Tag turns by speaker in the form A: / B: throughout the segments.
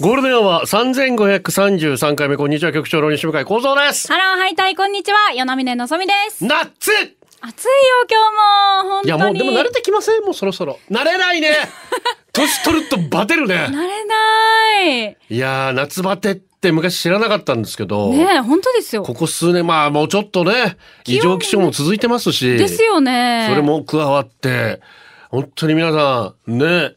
A: ゴールデンは三千五百三十三回目こんにちは局長の西向井光三です。
B: ハローハイタイこんにちは、与那峰のぞみです。
A: ナッツ
B: 暑いよ、今日も。本当
A: い
B: に。
A: やもうでも慣れてきませんもうそろそろ慣れない ね。年取るとバテるね。
B: 慣れない。
A: いやー夏バテって昔知らなかったんですけど、
B: ねえ、本当ですよ。
A: ここ数年まあもうちょっとね異常気象も続いてますし、
B: ですよね。
A: それも加わって本当に皆さんね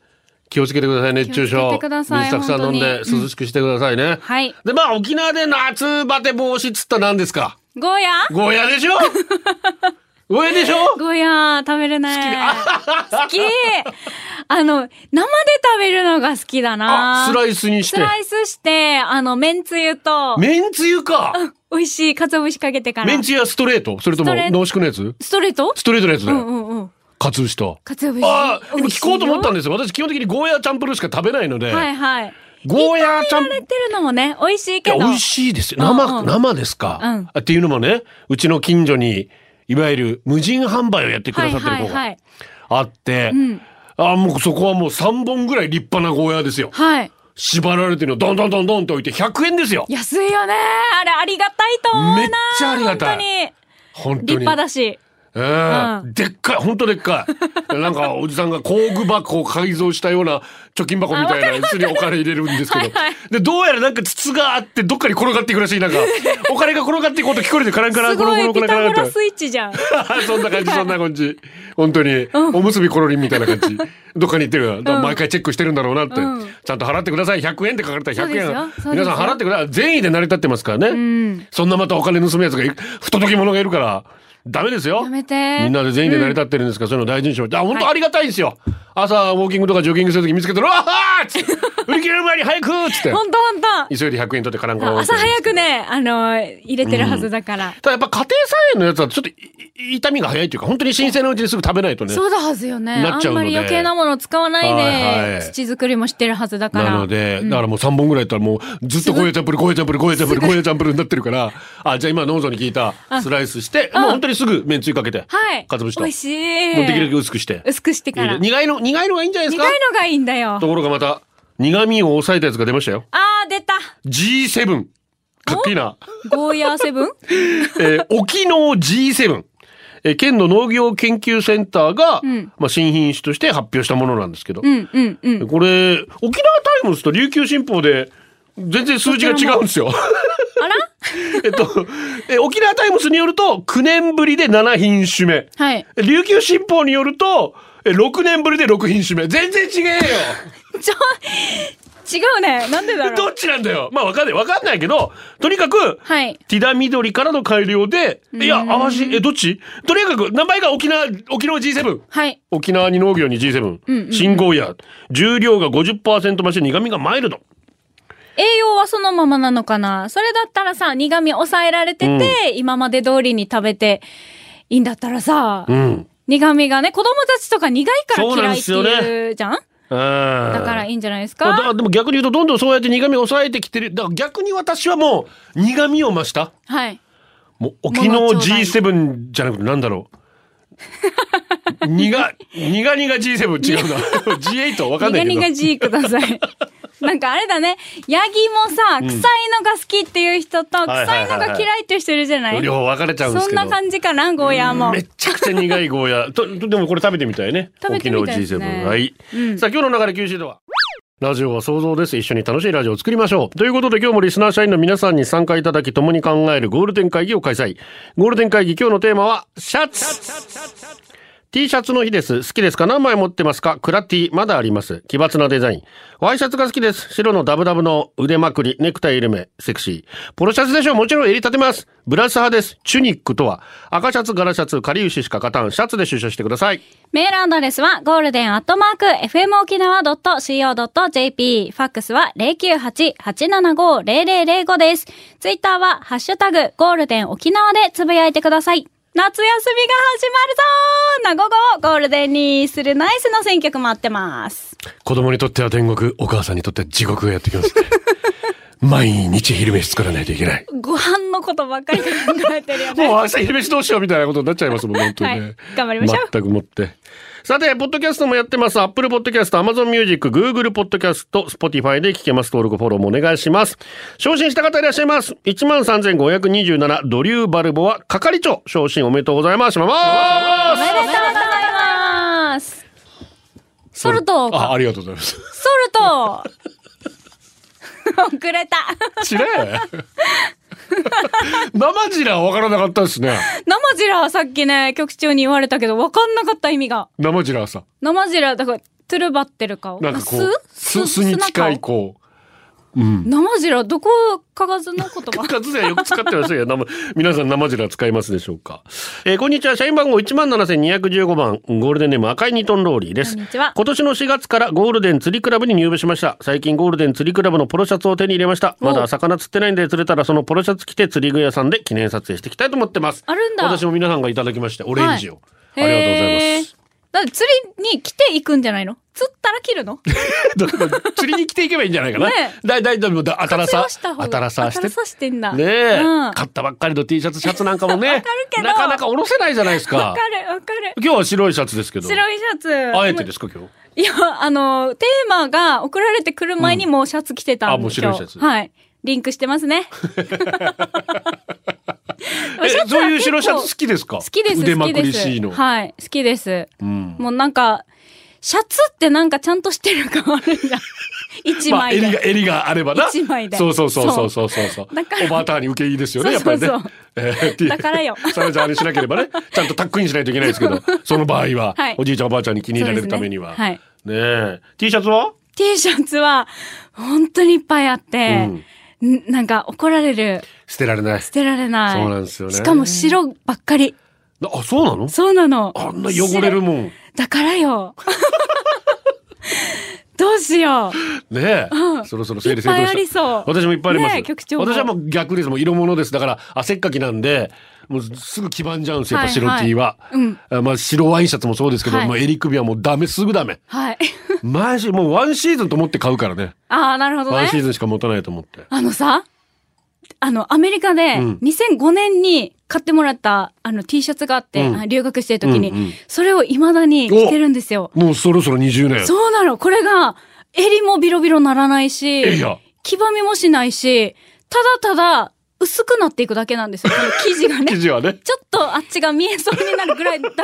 A: 気をつけてください熱中
B: 気をつ
A: 症
B: けてください
A: 水たくさん飲んで
B: 本当に
A: 涼しくしてくださいね。
B: はい
A: でまあ沖縄で夏バテ防止っつったら何ですか。
B: ゴーヤ
A: ゴーヤで しょゴーヤでしょ
B: ゴーヤ食べるね。好き。あの、生で食べるのが好きだな。
A: あ、スライスにし
B: ス
A: て。
B: ライスして、あの、めんつゆと、
A: めんつゆか。
B: 美味しい、かつお節かけてから。
A: めんつゆはストレートそれとも
B: ストレート
A: 濃縮のやつ
B: ストレート
A: ストレートのやつ
B: う
A: で。
B: んうんうん。
A: かつお節と。
B: かつお節。
A: ああ、
B: 美
A: 今
B: 味し
A: 聞
B: いよ
A: こうと思ったんですよ。私基本的にゴーヤチャンプルーしか食べないので。
B: はいはい。
A: ゴーヤチャン
B: 炒められてるのもね、美味しい
A: い
B: け
A: や、
B: ど。
A: 美味しいですよ。
B: うん
A: 生、
B: うん
A: 生ですか、
B: うん
A: あっていうのもね、うちの近所に、いわゆる無人販売をやってく
B: は
A: だ
B: い
A: さってる
B: は
A: 子
B: いは
A: が
B: い。
A: あって、
B: うん。
A: ああ、もうそこはもう3本ぐらい立派なゴーヤですよ。
B: はい。
A: 縛られてるの、どんどんどんどんと置いて100円ですよ。
B: 安いよね。あれ、ありがたいと思うな。
A: めっちゃありがたい
B: 本
A: 本当
B: 当
A: に。
B: に。立派だし。
A: ええ
B: うん
A: でっかい、本当でっかい。 なんか、おじさんが工具箱を改造したような貯金箱みたいなやつにお金入れるんですけど。で、どうやらなんか筒があって、どっかに転がっていくらしい、 なんか、お金が転がっていこうと聞こえるで、カランカラ
B: す
A: ン、コロ
B: ご
A: ンコロン、カラン
B: い、ピタ
A: カラン
B: ゴ
A: っ
B: ラ
A: て
B: スイッチ じゃん。
A: そんな感じ、そんな感じ。本当に、おむすびコロリンみたいな感 じ。どっかに行ってるよだから毎回チェックしてるんだろうなって
B: うん。
A: ちゃんと払ってください。100円って書かれたら100円。
B: そうですよそうです
A: 皆
B: よ
A: さん払ってください。善意で成り立ってますからね。そんなまたお金盗むやつがいる、不届き者がいるから、ダメですよ。
B: やめて
A: みんなで全員で成り立ってるんですから、そういうの大事にしよう。あ、本当ありがたいんですよ。朝、ウォーキングとかジョギングするとき見つけて、うわーっつ って売り切れる前に早くっつって。
B: ほんとほんと。
A: 急いで100円取ってカランカラン。
B: 朝早くね、あの、入れてるはずだから。
A: ただやっぱ家庭菜園のやつはちょっといい痛みが早いというか、本当に新鮮なうちにすぐ食べないとね。
B: そうだはずよね。
A: な
B: あ
A: っちゃうんので
B: まり余計なもの使わな
A: はい
B: い
A: はい
B: で、土作りもしてるはずだから。
A: なので、だからもう3本ぐらいやったらもうずっとゴーヤチャンプル、ゴーヤチャンプル、ゴーヤチャンプル、ゴーヤチャンプルになってるから、あ、じゃあ今ノーゾに聞いたスライスして、もう本当にすぐ麺つゆかけて、
B: はい。
A: かつぶしと。
B: 美味しい。
A: もうできるだけ薄くして。
B: 薄くしてから。
A: いいね苦いの、苦いのがいいんじゃないです
B: 苦
A: か
B: いのがいいんだよ
A: と。ころがまた、苦味を抑えたやつが出ましたよ。
B: あー、出た。
A: G7。かっけえな。
B: ゴーヤーセブン
A: えー沖縄 G7。えー県の農業研究センターが、
B: ん
A: まあ、新品種として発表したものなんですけど、
B: うんうんう ん。
A: これ沖縄タイムズと琉球新報で全然数字が違うんですよ。
B: あら
A: えっと、え沖縄タイムズによると9年ぶりで7品種目。
B: はい。
A: 琉球新報によるとえ6年ぶりで6品種目。全然違え
B: ちょ、違うね。なんでだ
A: よ ど
B: ろう。
A: っちなんだよまあわかんない、わかんないけど、とにかく、
B: はい。
A: ティダ緑からの改良で、いや、淡路、え、どっちとにかく、名前が沖縄、沖縄 G7。
B: はい。
A: 沖縄に農業に G7、新ゴーヤ重量が50%増し苦味がマイルド
B: 栄養はそのままなのかなそれだったらさ、苦味抑えられてて、今まで通りに食べていいんだったらさ、
A: うん
B: 苦味がね、子供たちとか苦いから
A: そうなん
B: 嫌い
A: で
B: っ
A: す
B: て
A: よね
B: いうじゃん
A: だか
B: だからいいんじゃないです
A: だか
B: から
A: でも逆に言うとどんどんそうやって苦味を抑えてきてるだから逆に私はもう苦味を増した
B: はい。
A: もう沖
B: も
A: 縄
B: のちょうだい
A: G7 じゃなくてなんだろ う苦苦々 G7 違うな G8 わかんな
B: 苦
A: いけど
B: 々じいくだ さい。なんかあれだね、ヤギもさ、臭いのが好きっていう人と、
A: はいはい
B: 臭いのが嫌いっていう人いるじゃない
A: 両方分かれちゃうんです
B: そ
A: け
B: ん
A: ど
B: な感じかな、ゴーヤーも
A: め。っちゃくちゃ苦いゴーヤー。と、とでもこれ食べてみたいね。
B: 食べてみたいですね
A: 沖縄 G7。はい。
B: うん
A: さあ今日の流れ九州では。ラジオは想像です。一緒に楽しいラジオを作りましょう。ということで今日もリスナー社員の皆さんに参加いただき共に考えるゴールデン会議を開催。ゴールデン会議今日のテーマはシャツ T シャツの日です。好きですか何枚持ってますかクラッティ、まだあります。奇抜なデザイン。ワイシャツが好きです。白のダブダブの腕まくり、ネクタイ緩め、セクシー。ポロシャツでしょもちろん襟立てます。ブラス派です。チュニックとは、赤シャツ、柄シャツ、仮牛しか勝たん、シャツで出社してください。
B: メールアドレスはゴールデンアットマーク fmokinawa.co.jp ファックスは098-875-0005です。ツイッターはハッシュタグゴールデン沖縄でつぶやいてください。夏休みが始まるぞーな午後をゴールデンにするナイスの選曲待ってます。
A: 子供にとっては天国、お母さんにとっては地獄がやってきます ね。毎日昼飯作らないといけない。
B: ご飯のことばっかり考えてるよね。
A: もう明日昼飯どうしようみたいなことになっちゃいますもん、本当にね。
B: はい頑張りましょう
A: 全くもって。さて、ポッドキャストもやってます。Apple Podcast、Amazon Music、Google Podcast、Spotify で聞けます。登録、フォローもお願いします。昇進した方いらっしゃいます。13,527ドリューバルボは係長。昇進おめでとうございます。しま
B: おめでとうございます。ソルト
A: あ、
B: か。
A: ありがとうございます。
B: ソルト遅れた。
A: ち れ生じらは分からなかったですね。
B: 生ジラはさっきね、局長に言われたけど、わかんなかった意味が。
A: 生じらはさ、
B: 生ジラ、だから、トゥルバってる顔。
A: なんかこう、
B: す
A: す、すに近い、こう。
B: 砂顔生ジラ、どこかがずの言葉。
A: かつてはよく使ってましたよ。生皆さん生ジラ使いますでしょうか。えーこんにちは。社員番号17,215番、ゴールデンネーム赤いニトンローリーです。
B: こんにちは
A: 今年の4月からゴールデン釣りクラブに入部しました。最近ゴールデン釣りクラブのポロシャツを手に入れました。まだ魚釣ってないんで釣れたらそのポロシャツ着て釣り具屋さんで記念撮影していきたいと思ってます。
B: あるんだ
A: 私も皆さんがいただきまして、オレンジを。ありがとうござい
B: へ
A: ま
B: ー
A: す。
B: だって釣りに来ていくんじゃないの釣ったら切るの
A: だ から釣りに来ていけばいいんじゃないかな。
B: ね
A: だいだいだいもうだ新さ
B: 活用した方が
A: 新さして。
B: 新さしてんだ
A: ねえ、
B: うん
A: 買ったばっかりの T シャツシャツなんかも ね。
B: かるけど
A: なかなかおろせないじゃないです
B: わ
A: か
B: か。るわかる。
A: 今日は白いシャツですけど。
B: 白いシャツ。。
A: あえてですすか今日。
B: いや、あの、テーマが送られてくる前にもうシャツ着てたんで、
A: あもう白いシャツ
B: 今日はい。リンクしてます ね。
A: えそういう白シャツ好
B: 好き
A: きですか。
B: 好きです、
A: 腕まく
B: 好き
A: り
B: で
A: しい
B: す。
A: の。
B: はい、好きです。
A: うん。
B: もうなんか、シャツってなんかちゃんとしてる感あ るじゃん。一
A: まあ
B: 枚
A: 襟
B: で。
A: が襟があればな。
B: 一枚で
A: そうそうそうそうそうそうそう。
B: だから
A: おばあたに受けいいですよねやっぱりね。
B: そうそうそう
A: えー T-
B: だからよ
A: サラちゃんあれしなければね。ちゃんとタックインしないといけないですけ ど、その場合は、
B: はい
A: おじいちゃんおばあちゃんに気に入られるためには。
B: そうですね
A: ねえ T シャツは？
B: T シャツは、本当にいっぱいあって、んなんか怒られる、
A: 捨てられない
B: 捨。てられない。
A: そうなんですよね
B: しかも白ばっかり。
A: なあそうなの？
B: そうなの。
A: あんな汚れる
B: 白
A: もん。ね
B: だか らよ。どうしよう。
A: え、そろそろ整理整頓
B: いっぱいあり
A: した。
B: そう
A: 私もいっぱいあります。
B: ねえ局長も
A: 私はもう逆です。もう色物です。だから汗っかきなんで、もうすぐ黄ばんじゃうんですよ。やっぱ白
B: はいはい
A: T は。
B: うん
A: あまあ白ワインシャツもそうですけど、
B: はい
A: もう襟首はもうダメ、すぐダメ。
B: はい。
A: 毎週もうワンシーズンと思って買うからね。
B: ああ、なるほど
A: ワンシー
B: ね。
A: ズンしか持たないと思って。
B: あのさ、あの、アメリカで
A: うん
B: 2005年に買ってもらった、あの T シャツがあって、
A: うん
B: あ留学してる時に、
A: うんうん
B: それを未だに着てるんですよ。
A: もうそろそろ20年。
B: そうなの。これが、襟もビロビロならないし、
A: えいや
B: 黄ばみもしないし、ただただ薄くなっていくだけなんですよ。この生地がね。
A: 生地はね。
B: ちょっとあっちが見えそうになるぐらいだけで、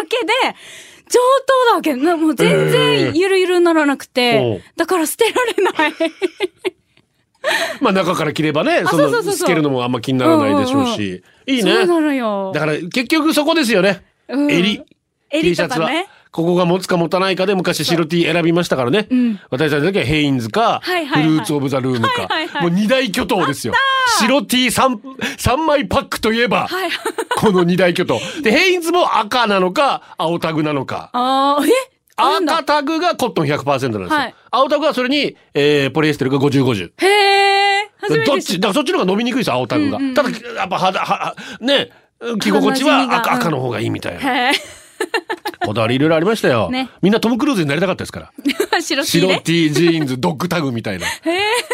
B: 上等だわけ。なもう全然ゆるゆるならなく
A: えーお
B: て
A: う、
B: だから捨てられない。
A: まあ中から着ればね、
B: あ
A: その
B: そうそうそうそ
A: 透
B: う
A: けるのもあんま気にならないでしょうし。いい
B: そう
A: ね。
B: なのよ
A: だ。から結局そこですよね。
B: うん
A: 襟。
B: 襟
A: T シャ
B: と
A: ツ
B: か
A: は
B: ね。
A: ここが持つか持たないかで昔白 T 選びましたからね、
B: ん
A: 私たちだけはヘインズか、
B: はいはいはい
A: フルーツ・オブ・ザ・ルームか、
B: はいはいはい
A: もう二大巨頭ですよ白 T3 三枚パックといえば、
B: はい。
A: この二大巨頭でヘインズも赤なのか青タグなのか
B: ああ、えあるん
A: 赤
B: だ。
A: タグがコットン100%なんですよ、
B: はい
A: 青タグはそれに、えーポリエステルが5050
B: へえ。初めて
A: どっ
B: 知っ
A: ちだからそっちの方が伸びにくいです青タグが、
B: うんうんうん
A: ただやっぱ肌はね着心地は赤
B: 肌馴染みがうん
A: 赤の方がいいみたいな、
B: た。へ
A: こだわりいろいろありましたよ、
B: ね
A: みんなトム・クルーズになりたかったですから
B: え。 白 T
A: 白
B: ね。
A: T ジーンズ、ドッグタグみたいな。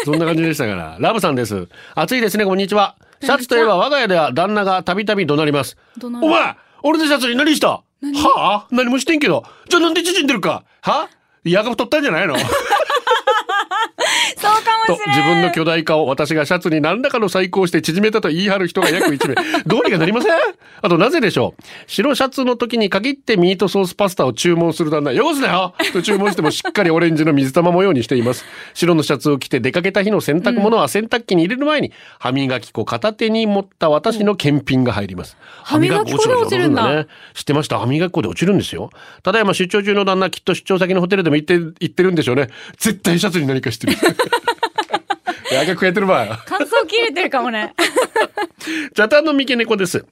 A: そんな感じでしたから。ラブさんです。暑いですね、こんにちは。シャツといえば我が家では旦那がたびたび怒鳴ります。
B: 怒鳴る
A: お前俺のシャツに何したはあ何もしてんけど。じゃあなんで縮んでるかはヤガブ取ったんじゃないのと
B: そうかもしれん。
A: 自分の巨大化を私がシャツに何らかの細工をして縮めたと言い張る人が約1名。 どうにかなりませんあとなぜでしょう白シャツの時に限ってミートソースパスタを注文する旦那、よこすなよと注文してもしっかりオレンジの水玉模様にしています。白のシャツを着て出かけた日の洗濯物は洗濯機に入れる前に、歯磨き粉片手に持った私の検品が入ります。
B: 歯磨き粉で落ちるんだ
A: 歯磨き粉ね。知ってました歯磨き粉で落ちるんですよ。ただいま出張中の旦那、きっと出張先のホテルでも行って、行ってるんでしょうね。絶対シャツに何か してる。やが食えてるばい。
B: 乾燥切れてるかもね。
A: ジャタンの三毛猫です。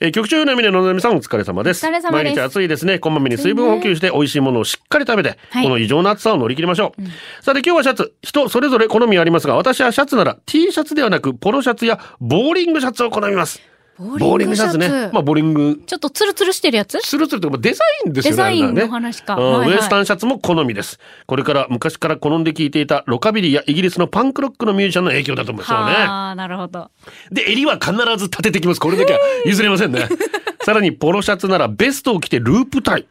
A: えー局長の峰のぞみさんお疲れ様です。
B: お疲れ様で
A: 毎
B: す
A: 日暑いですね。こまめに水分補給して美味しいものをしっかり食べて、
B: はい
A: この異常な暑さを乗り切りましょう。さて今日はシャツ、人それぞれ好みはありますが、私はシャツなら T シャツではなくポロシャツやボーリングシャツを好みます。
B: ボ
A: ボーリングシャツね。まあ、ボーリング。
B: ちょっとツルツルしてるやつ
A: スルツルというか、まあデザインですよね。
B: デザインの
A: あれだね
B: 話か
A: うん
B: はいはい
A: ウエスタンシャツも好みです。これから昔から好んで聴いていたロカビリーやイギリスのパンクロックのミュージシャンの影響だと思う。そうね。
B: はあ、なるほど。
A: で、襟は必ず立ててきます。これだけ は譲れませんね。さらに、ポロシャツならベストを着てループタイ。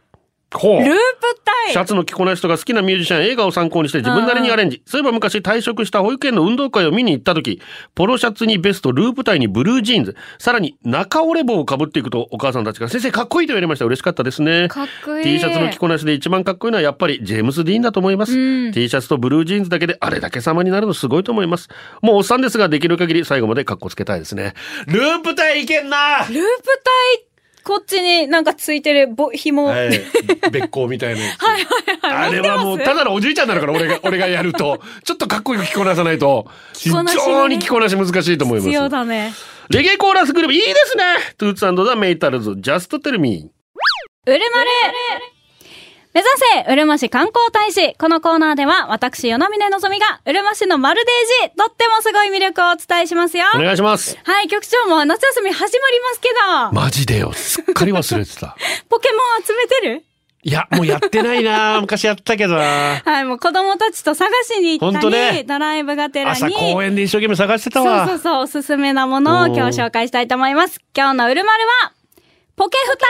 A: ほう
B: ループタイ
A: シャツの着こなしとか好きなミュージシャン映画を参考にして自分なりにアレンジ。そういえば昔退職した保育園の運動会を見に行った時、ポロシャツにベスト、ループタイにブルージーンズ、さらに中折れ棒をかぶっていくとお母さんたちが先生かっこいいと言われました。嬉しかったですね。
B: かっこいい
A: T シャツの着こなしで一番かっこいいのはやっぱりジェームス・ディーンだと思います。
B: うん
A: T シャツとブルージーンズだけであれだけ様になるのすごいと思います。もうおっさんですができる限り最後までかっこつけたいですね。ループタイいけんな
B: ループタイ、こっちになんかついてるぼ紐。、
A: はいい、別行みたいなやつ。あれはもう
B: 持って
A: た
B: ます
A: だのおじいちゃんなのから俺 が俺がやるとちょっとかっこよく着こなさないと非
B: 着こなしがね
A: 常に着こなし難しいと思い
B: 必要
A: ます。
B: だね。
A: レゲエコーラスグループいいですね。トゥーツ&ザメイタルズジャストテルミー。
B: うるまる目指せうるま市観光大使このコーナーでは私、与那峰のぞみがうるま市のまるでージとってもすごい魅力をお伝えしますよ
A: お願いします。
B: はい、局長も夏休み始まりますけど、
A: マジでよすっかり忘れてた。
B: ポケモン集めてる
A: いやもうやってないな昔やったけどな。
B: はい、もう子供たちと探しに行
A: ほ
B: っ
A: ん
B: た
A: と
B: り、
A: ね
B: ドライブがてらに。
A: 朝公園で一生懸命探してた
B: そうそ
A: わ
B: う。そう、おすすめなものを今日紹介したいと思います。今日のうるまるは、ポケフタ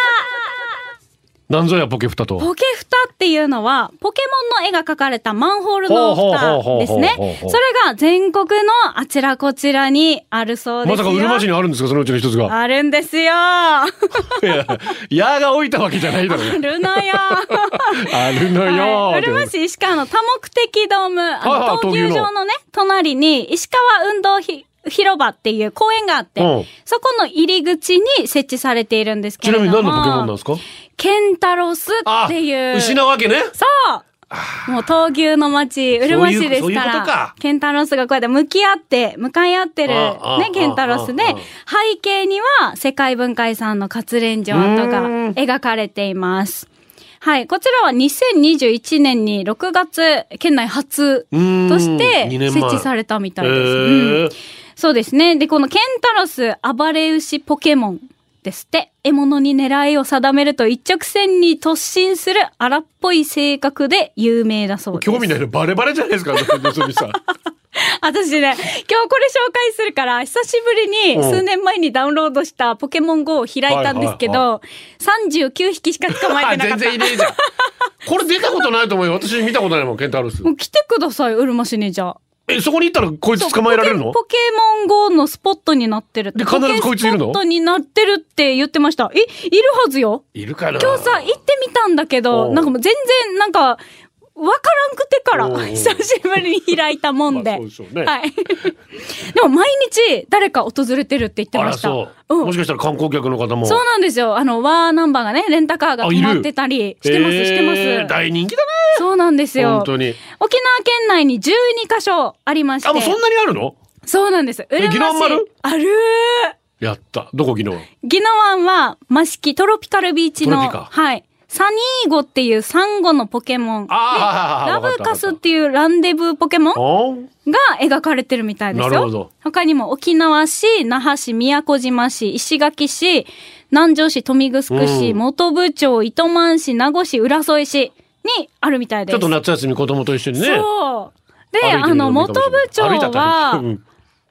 A: なんぞやポケフタと。
B: ポケフタっていうのは、ポケモンの絵が描かれたマンホールの
A: ほうほうほう
B: 蓋
A: ほう
B: ですね。
A: ほうほうほう
B: それが全国のあちらこちらにあるそうで
A: ますさ
B: よ。
A: かうるま市にあるんですかそのうちの一つが。
B: あるんですよ。 あ
A: いや、矢が置いたわけじゃないだろうね。
B: るの よ。
A: あるのよ
B: はい、うるま市石川の多目的ドーム、
A: はいはい
B: あの闘牛場のね、隣に石川運動ひ広場っていう公園があって、
A: うん
B: そこの入り口に設置されているんですけ
A: ち
B: れ
A: な
B: ども。
A: みに何のポケモンなんですか
B: ケンタロス
A: あ
B: っていう。
A: 失うわけね。
B: そうもう闘牛の町、うるま市です
A: そういう
B: か
A: そういう
B: ら。
A: ことか
B: ケンタロスがこうやって向き合って、向かい合ってる
A: ああああ
B: ね、ケンタロスで、
A: あああ
B: 背景には世界文化遺産の活連城跡が描かれています。はい、こちらは2021年に6月、県内初として
A: 二年前
B: 設置されたみたいです。うん
A: えー
B: そうですね。で、このケンタロス暴れ牛ポケモンですって、獲物に狙いを定めると一直線に突進する荒っぽい性格で有名だそうです。
A: 興味ないのバレバレじゃないですか、のぞみ さん。
B: 私ね、今日これ紹介するから、久しぶりに
A: うん
B: 数年前にダウンロードしたポケモン GO を開いたんですけ
A: はい
B: ど、39匹しか捕まえてなか
A: 全
B: った。
A: 然いねえじゃん。これ出たことないと思うよ。私見たことないもん、ケンタロス
B: も。う来てください、うるま市にじゃあ。
A: え、そこに行ったらこいつ捕まえられるの
B: ポケモン GO のスポットになってるっ
A: で
B: て
A: 必ずこいついるの
B: ポケスポットになってるって言ってました。え、いるはずよ。
A: いるかな
B: 今日さ、行ってみたんだけ
A: お
B: ど、
A: う
B: なんかもう全然、なんか、わからんくてから、
A: おうおう
B: 久しぶりに開いたもん
A: ま
B: で。
A: あそうでしょうね
B: はい。 でも毎日誰か訪れてるって言って
A: あ
B: ま
A: ら、
B: した。
A: そう。
B: ん
A: もしかしたら観光客の方も。
B: そうなんですよ。あの、ワーナンバーがね、レンタカーが
A: あい
B: 止
A: る
B: まってたりしてます、
A: えー
B: してます。
A: 大人気だ
B: そうなんです
A: ね。
B: よ。
A: 本
B: 沖
A: 当
B: 縄
A: に。
B: 県内に12箇所ありまして。
A: あ、もうそんなにあるの
B: そうなんです。うるま市
A: 宜野湾もある
B: あるー
A: やった。どこ昨日
B: ギノワンは、マシキトロピカルビーチ
A: トロ
B: の、
A: ピカ
B: はい。サニーゴっていうサンゴのポケモン。
A: あー
B: で
A: わ
B: ラ
A: かった
B: ブカスっていうランデブーポケモン
A: あ
B: が描かれてるみたいですよ。
A: なるほど
B: 他にも沖縄市、那覇市、宮古島市、石垣市、南城市、豊見城市、
A: うん
B: 本部町、糸満市、名護市、浦添市にあるみたいで
A: ち
B: す。
A: ょっと夏休み子供と一緒にね。
B: そう。で、
A: 歩いてみる
B: あの、
A: もいい
B: 本
A: か
B: 部
A: もしれない歩
B: 町
A: いたって
B: は、
A: うん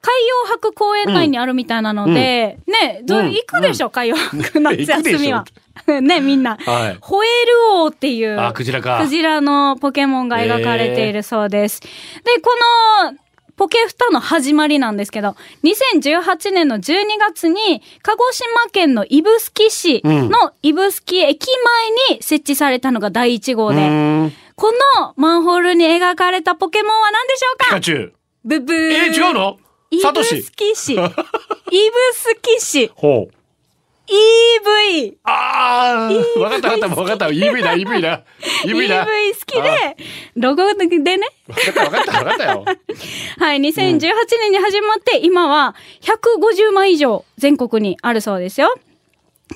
B: 海洋博公園内にあるみたいなので、ね、どう
A: うん
B: 行くでしょ、海洋博
A: 行く
B: 夏
A: で
B: 休み
A: しょ
B: は。 ね、みんな。
A: はい
B: ホエール王っていう、
A: あ、クジラか。
B: クジラのポケモンが描かれているそうです。で、この、ポケフタの始まりなんですけど、2018年の12月に、鹿児島県の指宿市の指宿駅前に設置されたのが第1号で、
A: うん
B: このマンホールに描かれたポケモンは何でしょう
A: ピ
B: か
A: カチュウ。
B: ブブー。
A: えー、違うの
B: イ
A: サト
B: ブ
A: シ
B: ス。キ市。イブスキ市。
A: ほう。
B: EV。
A: ああ、わかったわかった、わかった。EV だ、EV だ。EV だ。
B: EV 好き
A: あ
B: で、ロゴでね。
A: わかったわかったわかったよ。
B: はい、2018年に始まって、今は150枚以上全国にあるそうですよ。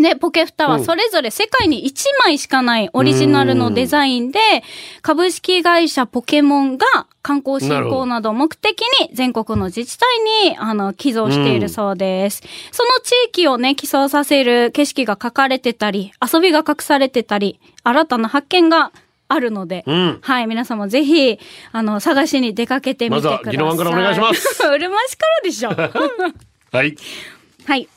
B: で、ポケフタはそれぞれ世界に1枚しかないオリジナルのデザインで、株式会社ポケモンが観光振興などを目的に全国の自治体にあの寄贈しているそうです。その地域をね、寄贈させる景色が書かれてたり、遊びが隠されてたり、新たな発見があるので、
A: うん
B: はい、皆さんもぜひ、あの、探しに出かけてみてください。
A: まずはギノワンからお願いします
B: うるま市からでしょ。
A: はい。
B: はい。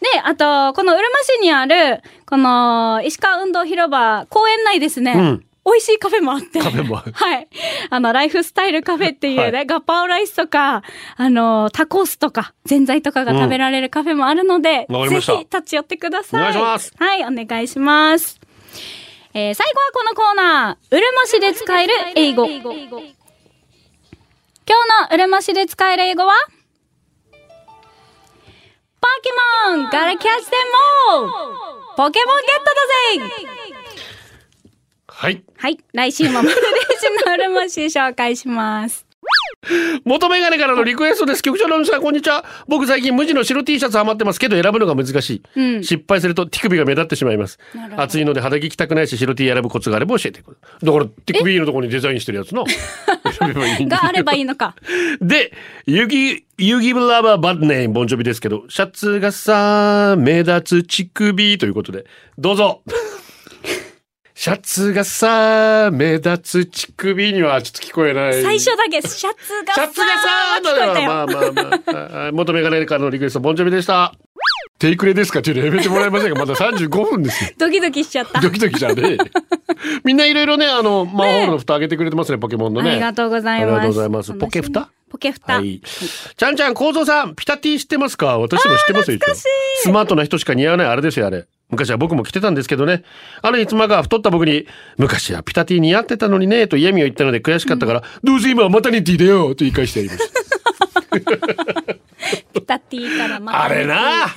B: で、あと、このうるま市にある、この、石川運動広場、公園内ですね。
A: うん
B: 美味しいカフェもあって。
A: カフェもある
B: はい。あの、ライフスタイルカフェっていうね、
A: は
B: ガパオライスとか、あの、タコスとか、ぜんざいとかが食べられるカフェもあるので、
A: うんわかり
B: ぜ
A: ました
B: ひ立ち寄ってください。
A: お願いします。
B: はい、お願いします。えー最後はこのコーナー、うるま市で使える英語。今日のうるま市で使える英語は、ポケモン Gotta catch them all! ポケモンゲットだぜ
A: はい。
B: はい、来週もまたレのうるま市紹介します。
A: 元メガネからのリクエストです。局長の皆さん、こんにちは。僕最近無地の白 T シャツハマってますけど、選ぶのが難しい。
B: うん
A: 失敗すると手首が目立ってしまいます
B: なるほ。ど
A: 暑いので肌着着たくないし、白 T 選ぶコツがあれば教えてくれ。だから手首のところにデザインしてるや つの。選べばいいんだよ
B: があればいいのか。
A: で、You give, you give love a bad name ボンジョビですけど、シャツがさ、目立つ乳首ということで、どう ぞシャツがさ、目立つ乳首にはちょっと聞こえない。
B: 最初だけ、シャツが
A: シ
B: さ
A: ャツがさー
B: 聞こえたよ。
A: まあまあまあまああ。元メガネからのリクエスト、ボンジョビでした。テイクレですかちょっとやめてもらえませんかまだ35分です よ。
B: ドキドキしちゃった。
A: ドキドキじゃねえ。みんないろいろね、あの、マンホールの蓋開けてくれてますね、ポケモンのね。
B: ありがとうございます。
A: ありがとうございます。ポケ蓋
B: ポケフタ。
A: はい。ちゃんちゃん、構造さん、ピタティ知ってますか私も知ってますよ。
B: 懐かしい
A: スマートな人しか似合わないあれですよ、あれ。昔は僕も着てたんですけどね。ある日妻が太った僕に、昔はピタティ似合ってたのにね、と嫌味を言ったので悔しかったから、どうせ今はマタニティだよ、と言い返してあります。
B: ピタティからまた
A: あれな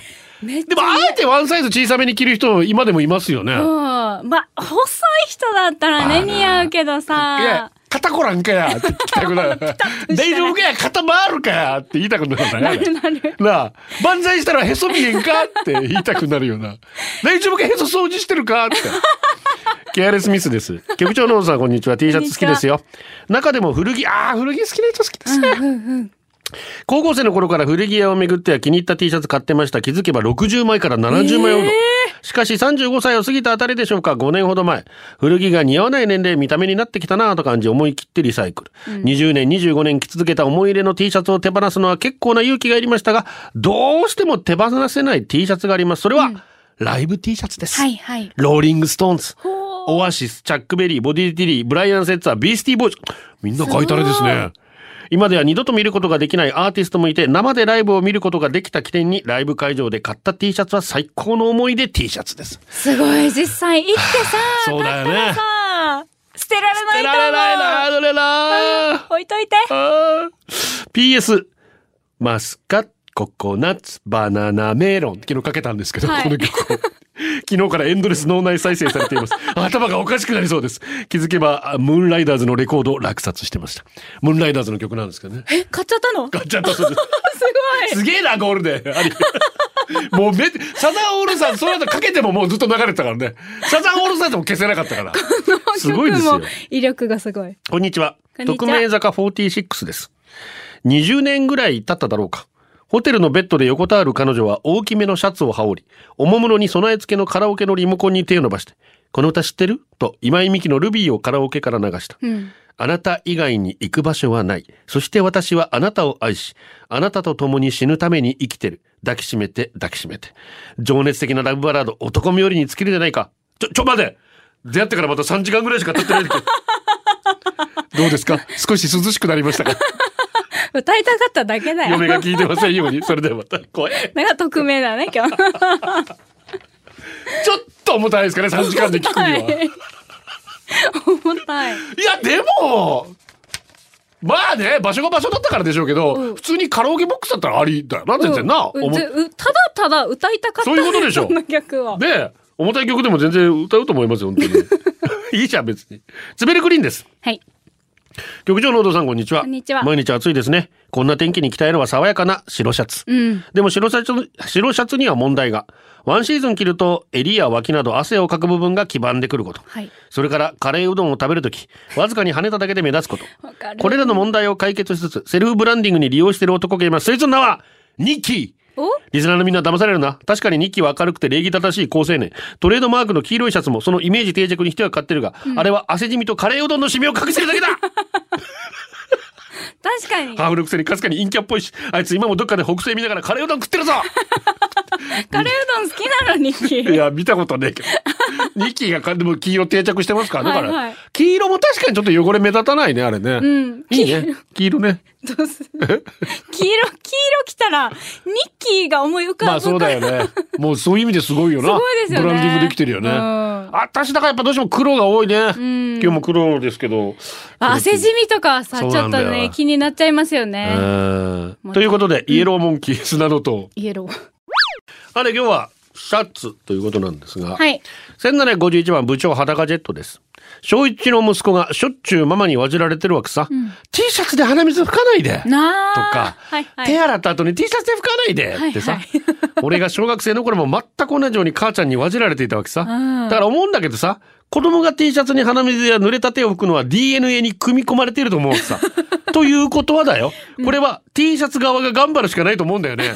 B: めっち
A: で
B: ゃ
A: も、あえてワンサイズ小さめに着る人、今でもいますよね。い
B: うん。まあ、細い人だったらね、似合うけどさ
A: や。、肩こらんかや、って聞きたくなる。大丈夫かや、肩回るかや、って言いたくなるんだね。あ
B: な
A: れ
B: るなる。
A: なあ、万歳したらへそ見えんかって言いたくなるよな。大丈夫かへそ掃除してるかって。ケアレスミスです。局長のおさん、こんにちは。T シャツ好きですよ。中でも古着、ああ、古着好きな人好きですね。高校生の頃から古着屋を巡っては気に入った T シャツ買ってました。気づけば60枚から70枚ほど。しかし35歳を過ぎたあたりでしょうか、5年ほど前。古着が似合わない年齢、見た目になってきたなぁと感じ、思い切ってリサイクル。20年、25年着続けた思い入れの T シャツを手放すのは結構な勇気がいりましたが、どうしても手放せない T シャツがあります。それは、ライブ T シャツです。
B: はいはい。
A: ローリングストーンズ、オアシス、チャックベリー、ボディティリー、ブライアン・セッツァー、ビースティーボーイズ。みんな書いたれですね。今では二度と見ることができないアーティストもいて、生でライブを見ることができた記念に、ライブ会場で買った T シャツは最高の思い出 T シャツです。
B: すごい、実際行ってさ、
A: そうだよね
B: 買ったらさ捨てられない
A: て
B: と
A: ら
B: 思う
A: れないな、どれな。
B: 置いといて。
A: あー PS、マスカット、ココナッツ、バナナ、メロン。昨日かけたんですけど、
B: はい
A: この曲を。 昨日からエンドレス脳内再生されてい ます。頭がおかしくなりそうです。気づけば、あムーンライダーズのレコードを落札してました。ムーンライダーズの曲なんですけどね。
B: え、買っちゃったのす
A: ガチャッとする。
B: ごい。
A: すげえな、ゴールデン。あり もうめ、サザンオールさん、その後かけてももうずっと流れてたからね。サザンオールさんでも消せなかったから。すごいですよ
B: この曲も威力がすごい。
A: こんにちは。
B: こんにちは
A: 匿名坂46です。20年ぐらい経っただろうか。ホテルのベッドで横たわる彼女は大きめのシャツを羽織り、おもむろに備え付けのカラオケのリモコンに手を伸ばして、この歌知ってると今井美樹のルビーをカラオケから流した。
B: うん。
A: あなた以外に行く場所はない。そして私はあなたを愛し、あなたと共に死ぬために生きてる。抱きしめて、抱きしめて。情熱的なラブバラード、男冥利に尽きるじゃないか。ちょ、ちょ、待て出会ってからまた3時間ぐらいしか経ってないんだけど。どうですか少し涼しくなりま したか
B: 歌いたかっただけだよ。
A: 嫁が聞いてませんように。それではまた、怖い。
B: なんか匿名だね、今日。
A: ちょっと重たいですかね、3時間で聞くには。い
B: い。重たい。
A: や、でも、まあね、場所が場所だったからでしょうけど、
B: うん
A: 普通にカラオケボックスだったらありだよな、全然な。
B: うん
A: 思っ
B: うただただ歌いたかった
A: そういうこと でしょ
B: この曲を。
A: ねえ、重たい 曲でも全然歌うと思いますよ、本当に。いいじゃん、別に。ズベルグリーンです。
B: はい。
A: 局長のどさんこんにちは
B: こんにちは
A: 毎日暑いですねこんな天気に着たいのは爽やかな白シャツ、
B: うん。
A: でも白シャツ白シャツには問題がワンシーズン着ると襟や脇など汗をかく部分が黄ばんでくること
B: はい。
A: それからカレーうどんを食べるときわずかに跳ねただけで目立つこと
B: わかる。
A: これらの問題を解決しつつセルフブランディングに利用している男がいますそいつの名はニッキー
B: お
A: リスナーのみんな騙されるな。確かにニッキーは明るくて礼儀正しい好青年。トレードマークの黄色いシャツもそのイメージ定着にしては買ってるが、あれは汗じみとカレーうどんのシミを隠してるだけだ
B: 確かに。
A: ハーフのくせにかすかに陰キャっぽいし、あいつ今もどっかで北西見ながらカレーうどん食ってるぞ
B: カレーうどん好きなのに。
A: いや、見たことねえ けど。ニッキーがかでも黄色定着してますから、だから、
B: はいはい
A: 黄色も確かにちょっと汚れ目立たないね、あれね。
B: うん。
A: いいね。黄色ね。
B: どうする黄色、黄色着たら、ニッキーが思い浮かぶ。
A: まあそうだよね。もうそういう意味ですごいよな。
B: すごいですよね
A: ブランディングできてるよね。
B: うん
A: 私だからやっぱどうしても黒が多いね。今日も黒ですけど。
B: あ汗じみとかさ、ち
A: そ
B: ょ
A: う
B: っ
A: な
B: と
A: んだよ
B: ね、気になっちゃいますよ
A: え
B: ね。
A: ーということで、イエローモンキー、砂の塔。
B: イエロー。
A: あれ今日はシャツということなんですが。
B: はい。
A: 1751番部長裸ジェットです。小一の息子がしょっちゅうママにわじられてるわけさ。T シャツで鼻水拭かないで。
B: なあ。
A: とか、
B: はいはい。
A: 手洗った後に T シャツで拭かないでってさ、
B: はいは
A: 俺が小学生の頃も全く同じように母ちゃんにわじられていたわけさ、
B: ん
A: だから思うんだけどさ子供が T シャツに鼻水や濡れた手を拭くのは DNA に組み込まれていると思うわけ さということはだよこれは T シャツ側が頑張るしかないと思うんだよ ね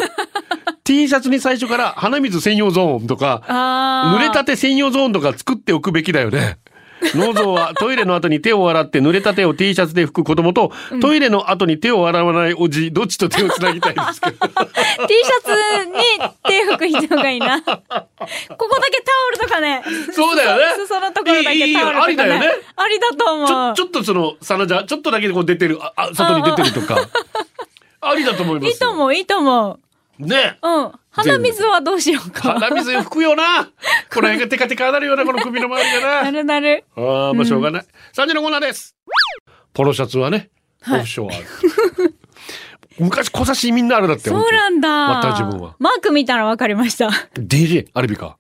A: T シャツに最初から鼻水専用ゾーンとか
B: あ
A: 濡
B: あ。
A: れたて専用ゾーンとか作っておくべきだよ ね。農蔵はトイレの後に手を洗って濡れた手を T シャツで拭く子供と、トイレの後に手を洗わないおじ、どっちと手をつなぎたいですけど。
B: T シャツに手拭く人がいいな。ここだけタオルとかね。
A: そうだよね
B: すそのところだ
A: いいい
B: け
A: い
B: タオルとか、ね。
A: ありだよね
B: ありだと思う。
A: ちょ、ちょっとその、サナジャ、ちょっとだけでこう出てる、あ、あ外に出てると か。ありだと思いますよ。
B: いいと思う、いいと思う。
A: ね。
B: うん。鼻水はどうしようか。
A: 鼻水拭くよな。この辺がテカテカになるような、この首の周りが
B: な
A: な。
B: るなる。
A: ああ、まあしょうがない。3時のコーナーです。ポロシャツはね、オフショア。昔小差しみんなあるだって。
B: そうなんだ。
A: また自分は。
B: マーク見たらわかりました。
A: DJ アルビカ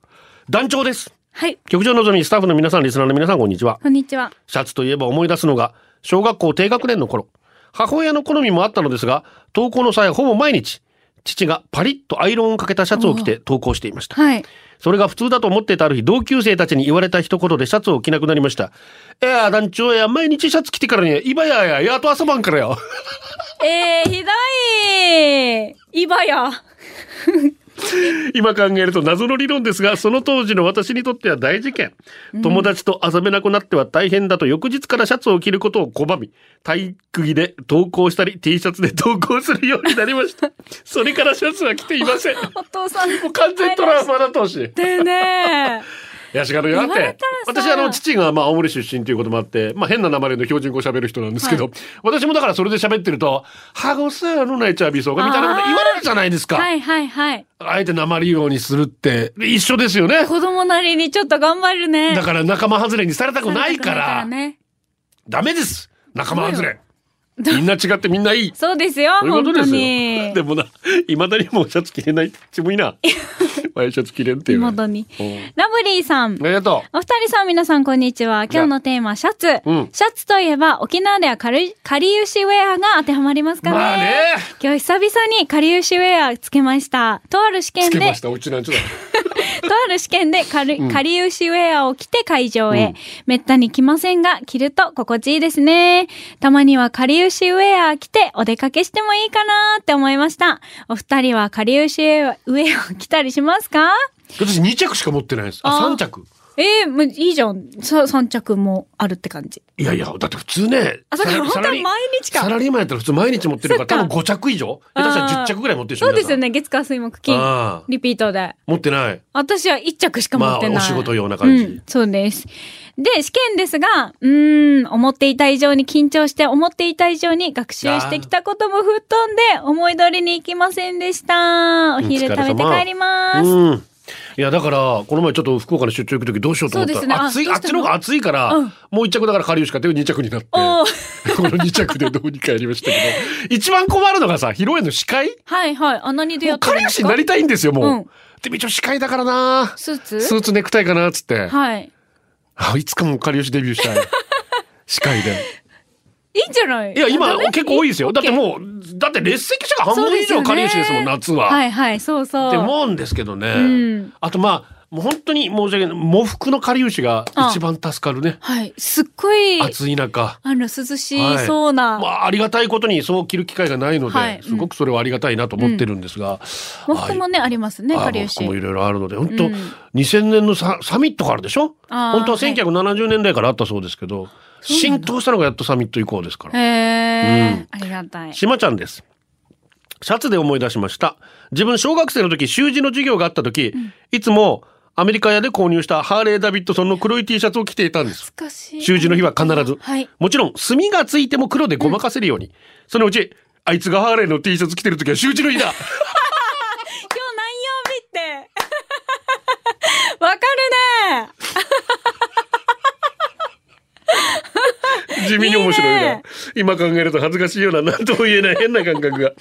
A: 団長です
B: はい。
A: 局長のぞみスタッフの皆さんリスナーの皆さんこんにちは
B: こんにちは。
A: シャツといえば思い出すのが小学校低学年の頃母親の好みもあったのですが投稿の際ほぼ毎日父がパリッとアイロンをかけたシャツを着て投稿していました
B: はい。
A: それが普通だと思っていたある日同級生たちに言われた一言でシャツを着なくなりましたいやー団長や毎日シャツ着てからね今やややっと朝晩からよ
B: えー、ひどい。イバヤ。
A: 今考えると謎の理論ですがその当時の私にとっては大事件友達と遊べなくなっては大変だと翌日からシャツを着ることを拒み体育着で投稿したり T シャツで投稿するようになりました それからシャツは着ていませんも
B: お父さん。
A: う完全トラウマだとしい
B: だよね。
A: やしかのよだっ
B: 言わ
A: て
B: れたらさ
A: 私あの父がまあ青森出身ということもあって、まあ、変な名前の標準語を喋る人なんですけど、
B: は
A: 私もだからそれで喋ってると「はごせよのないちゃびそうか」みたいなこと言われるじゃないですか、
B: はいはいはい。
A: あえてなまりようにするって一緒ですよね
B: 子供なりにちょっと頑張るね。
A: だから仲間外れにされたくないか
B: されたくない
A: ら、
B: ね。
A: ダメです仲間外れみんな違ってみんないい
B: そうですよ、
A: そういうこ
B: 本
A: と
B: 当
A: ですよ
B: に。
A: でもな、いまだにもうシャツ着れないちもいい な。ワイシャツ着れんっていうね。
B: 妹に。
A: うん
B: ラブリーさん
A: あ。りがと
B: お二人さん、皆さん、こんにちは。今日のテーマ、シャツ。
A: うん
B: シャツといえば、沖縄ではかりかりゆしウェアが当てはまります
A: う。
B: かね。
A: まあね。
B: 今日久々にかりゆしウェアつけました。とある試験
A: つけ
B: で
A: まし、た、うちなんちょっ
B: とある試験でかり、かりゆしウェアを着て会場へ。めったに着ませんが、着ると心地いいですね。たまにはかりゆしウェア着てお出かけしてもいいかなって思いました。お二人はかりゆしウェアウェアを着たりしますか
A: と。私2着しか持ってないです。あ、
B: あー
A: 3着。
B: ええもういいじゃん。さ、三着もあるって感じ。
A: いやいや、だって普通ね。
B: あ、そうか、
A: サラ
B: 本当は毎日
A: サ
B: か。
A: ラリーマンやったら普通毎日持ってるから、
B: そ
A: 多
B: っか
A: 分5着以上下手したら10着ぐらい持ってるでしょ
B: そうですよ
A: ね。
B: ね、月火水木
A: 皆さん
B: 金。
A: ああ。
B: リピートで。
A: 持ってない。
B: 私は一着しか持ってない。
A: まあお仕事用な感じ
B: うんそうです。で、試験ですが、うーん、思っていた以上に緊張して、思っていた以上に学習してきたことも吹っ飛んで、思い通りに行きませんでした。お昼食べて帰ります。
A: うん。いやだからこの前ちょっと福岡の出張行く時どうしようと思った
B: そうですね
A: ら
B: あ
A: 暑い
B: どう
A: あ
B: し
A: った
B: の
A: ちの方が暑いから、
B: うん
A: もう一着だから下流しかって2着にな ってこ
B: お
A: の
B: ー
A: 2着でどうにかやりましたけど一番困るのがさ披露宴の司会
B: はいはい。あ、何で
A: も
B: や
A: う
B: って
A: 下
B: るん
A: 流
B: です
A: し
B: か
A: になりたいんですよもう、
B: うん
A: でも一応司会だからな
B: スーツ
A: スーツネクタイかなっつって、
B: はい。
A: あいつかもう下流しデビューしたい司会で
B: いいんじゃ ない
A: いや、今
B: ダメ
A: 結構多いですよ。だって
B: オッ
A: もう、だって列席者が半分以上加入者ですもん、夏
B: ケー
A: は。
B: はいはい、そうそう。
A: って思うんですけどね。
B: うん
A: あとまあ、もう本当に申し訳ない。喪服の仮牛が一番助かるね。
B: はい、すっごい、
A: 暑い中。
B: あの、涼しそうな、
A: まあ、ありがたいことにそう着る機会がないので、
B: はいうん
A: すごくそれはありがたいなと思ってるんですが。
B: 喪服もね、ありますね、
A: あ
B: か
A: あ
B: りゆ
A: 僕
B: し
A: もい。ろいろあるので本当、
B: うん
A: 2000年のササミットからでしょ
B: あー
A: 本当は
B: はい
A: 1970年代からあったそうですけど、浸透したのがやっとサミット以降ですからう
B: へえ
A: ん、
B: ありがたい。
A: しまちゃんです。シャツで思い出しました。自分小学生の時、習字の授業があった時、いつもアメリカ屋で購入したハーレー・ダビッドソンの黒い T シャツを着ていたんです。
B: 懐かしい
A: 習字の日は必ず。
B: はい。
A: もちろん、墨がついても黒でごまかせるように。そのうち、あいつがハーレーの T シャツ着てる時は習字の 日だ
B: 今日何曜日って。 わかるね。
A: 地味に面白いな。
B: いいね
A: 今考えると恥ずかしいような、なんとも言えない変な感覚が。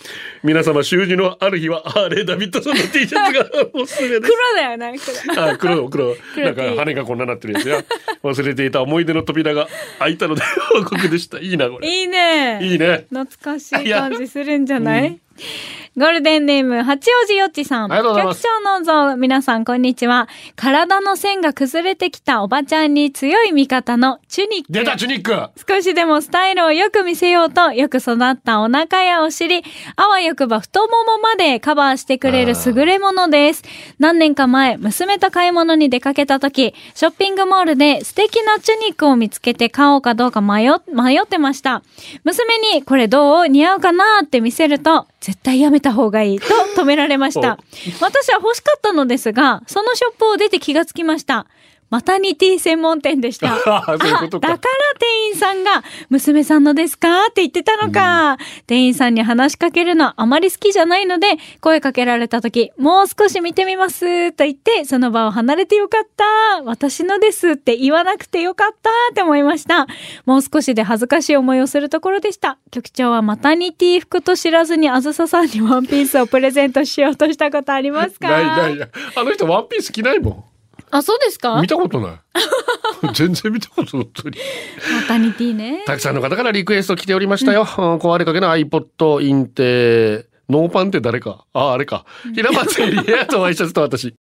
A: 皆様、習字のある日はハーレー・ダビッドソンの T シャツがおすすめです。
B: 黒だよね、黒。
A: あ黒黒
B: 黒
A: なんか羽がこんななってるやつや忘れていた思い出の扉が開いたので報告でしたいいなこれ
B: いいね。
A: いいね
B: 懐かしい感じするんじゃないゴールデンネーム、八王子よっちさん。
A: ありがとうございます
B: 局長の像、皆さん、こんにちは。体の線が崩れてきたおばちゃんに強い味方のチュニック。
A: 出たチュニック
B: 少しでもスタイルをよく見せようと、よく育ったお腹やお尻、あわよくば太ももまでカバーしてくれる優れものです。何年か前、娘と買い物に出かけた時、ショッピングモールで素敵なチュニックを見つけて買おうかどうか迷、迷ってました。娘に、これどう似合うかなって見せると、絶対やめた方がいいと止められました。私は欲しかったのですが、そのショップを出て気がつきました。マタニティ専門店でした。
A: あそういうことか
B: あだから店員さんが、娘さんのですかって言ってたのか、店員さんに話しかけるのはあまり好きじゃないので、声かけられた時、もう少し見てみますと言って、その場を離れてよかった。私のですって言わなくてよかったって思いました。もう少しで恥ずかしい思いをするところでした。局長はマタニティ服と知らずにあずささんにワンピースをプレゼントしようとしたことありますか
A: ないないないあの人ワンピース着ないも
B: あ、そうですか
A: ん
B: マ
A: 見たことない 全然見たことない本当に
B: タニティね。
A: たくさんの方からリクエスト来ておりましたよ、うん壊れかけの iPod インテノーパンって誰かああれか平松エリアとワイシャツと私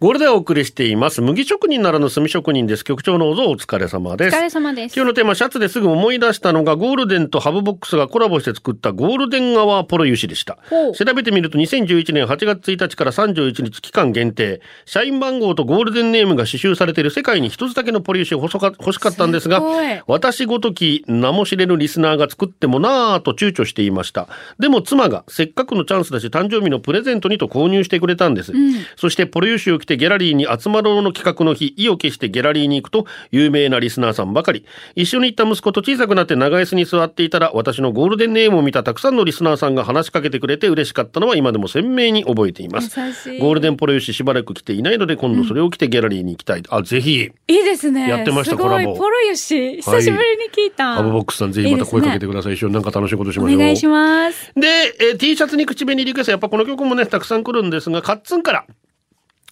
A: ゴールデンをお送りしています麦職人ならぬ炭職人です局長のお像お疲れ様
B: お
A: です
B: 疲れ様です。
A: 今日のテーマ、シャツですぐ思い出したのが、ゴールデンとハブボックスがコラボして作ったゴールデンアワーポロ油脂でした。
B: ほう
A: 調べてみると、2011年8月1日から31日期間限定、社員番号とゴールデンネームが刺繍されている世界に一つだけのポロ油脂を欲しか欲しかったんですが
B: すごい、
A: 私ごとき名も知れぬリスナーが作ってもなぁと躊躇していました。でも妻が、せっかくのチャンスだし誕生日のプレゼントにと購入してくれたんです。そしてポロ油脂を着てギャラリーに集まろうの企画の日、意を決してギャラリーに行くと、有名なリスナーさんばかり。一緒に行った息子と小さくなって長椅子に座っていたら、私のゴールデンネームを見たたくさんのリスナーさんが話しかけてくれて嬉しかったのは今でも鮮明に覚えています。
B: 優しい
A: ゴールデンポロ油脂しばらく着ていないので、今度それを着てギャラリーに行きたい。あ、ぜひ、
B: いいですね。
A: やってました
B: すご
A: コラ
B: い
A: ボ
B: ポロヨシ、久しぶりに聞いた。
A: アブボックスさんぜひまた声かけて
B: いいで
A: ください。一緒になんか楽しいことしますしょう。
B: ねお願いします。
A: で、えー T シャツに口紅リクエスト、やっぱこの曲もね、たくさん来るんですが、カッツンから。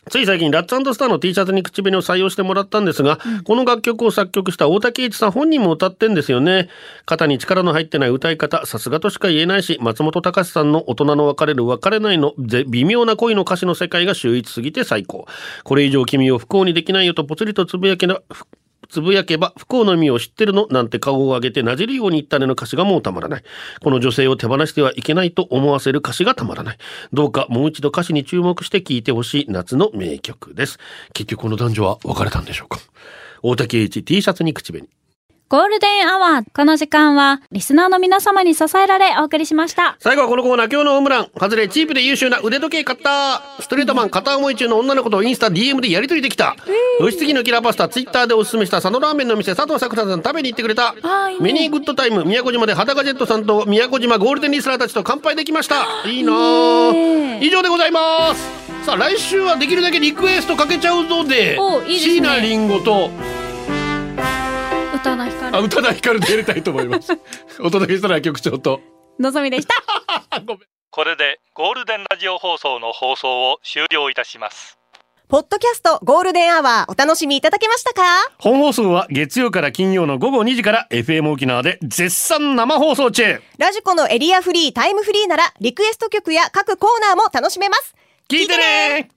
A: つい最近、ラッツスターの T シャツに口紅を採用してもらったんですが、この楽曲を作曲した大竹栄一さん本人も歌ってんですよね。肩に力の入ってない歌い方、さすがとしか言えないし、松本隆さんの大人の別れる別れないのぜ微妙な恋の歌詞の世界が秀逸すぎて最高。これ以上君を不幸にできないよとぽつりとつぶやけな、ふつぶやけば不幸の意味を知ってるのなんて顔を上げてなじるように言ったねの歌詞がもうたまらない。この女性を手放してはいけないと思わせる歌詞がたまらない。どうかもう一度歌詞に注目して聴いてほしい夏の名曲です。結局この男女は別れたんでしょうか大竹栄一 T シャツに口紅。
B: ゴールデンアワー、この時間は、リスナーの皆様に支えられお送りしました。
A: 最後はこのコーナー今日のホームラン。外れチープで優秀な腕時計買った。ストレートマン片思い中の女の子とインスタ DM でやりとりできた。義次のキラーパスタツイッターでおすすめした佐野ラーメンの店佐藤さくらさん食べに行ってくれた。
B: あーいい
A: ミ
B: ね
A: ニグッドタイム宮古島で裸ジェットさんと宮古島ゴールデンリスナーたちと乾杯できました。いいなあ
B: ねえ
A: 以上でございます。さあ来週はできるだけリクエストかけちゃうぞで。
B: おいいですね
A: 椎名林檎と
B: 宇多田ヒカ
A: あ
B: ル、
A: 宇多田ヒカルでやりたいと思い ます。お届けしたのは局長と。
B: のぞみでした。
C: これでゴールデンラジオ放送の放送を終了いたします
D: ポッドキャストゴールデンアワーお楽しみいただけましたか
A: 本放送は月曜から金曜の午後2時から FM 沖縄で絶賛生放送中
D: ラジコのエリアフリータイムフリーならリクエスト曲や各コーナーも楽しめます
A: 聞いてね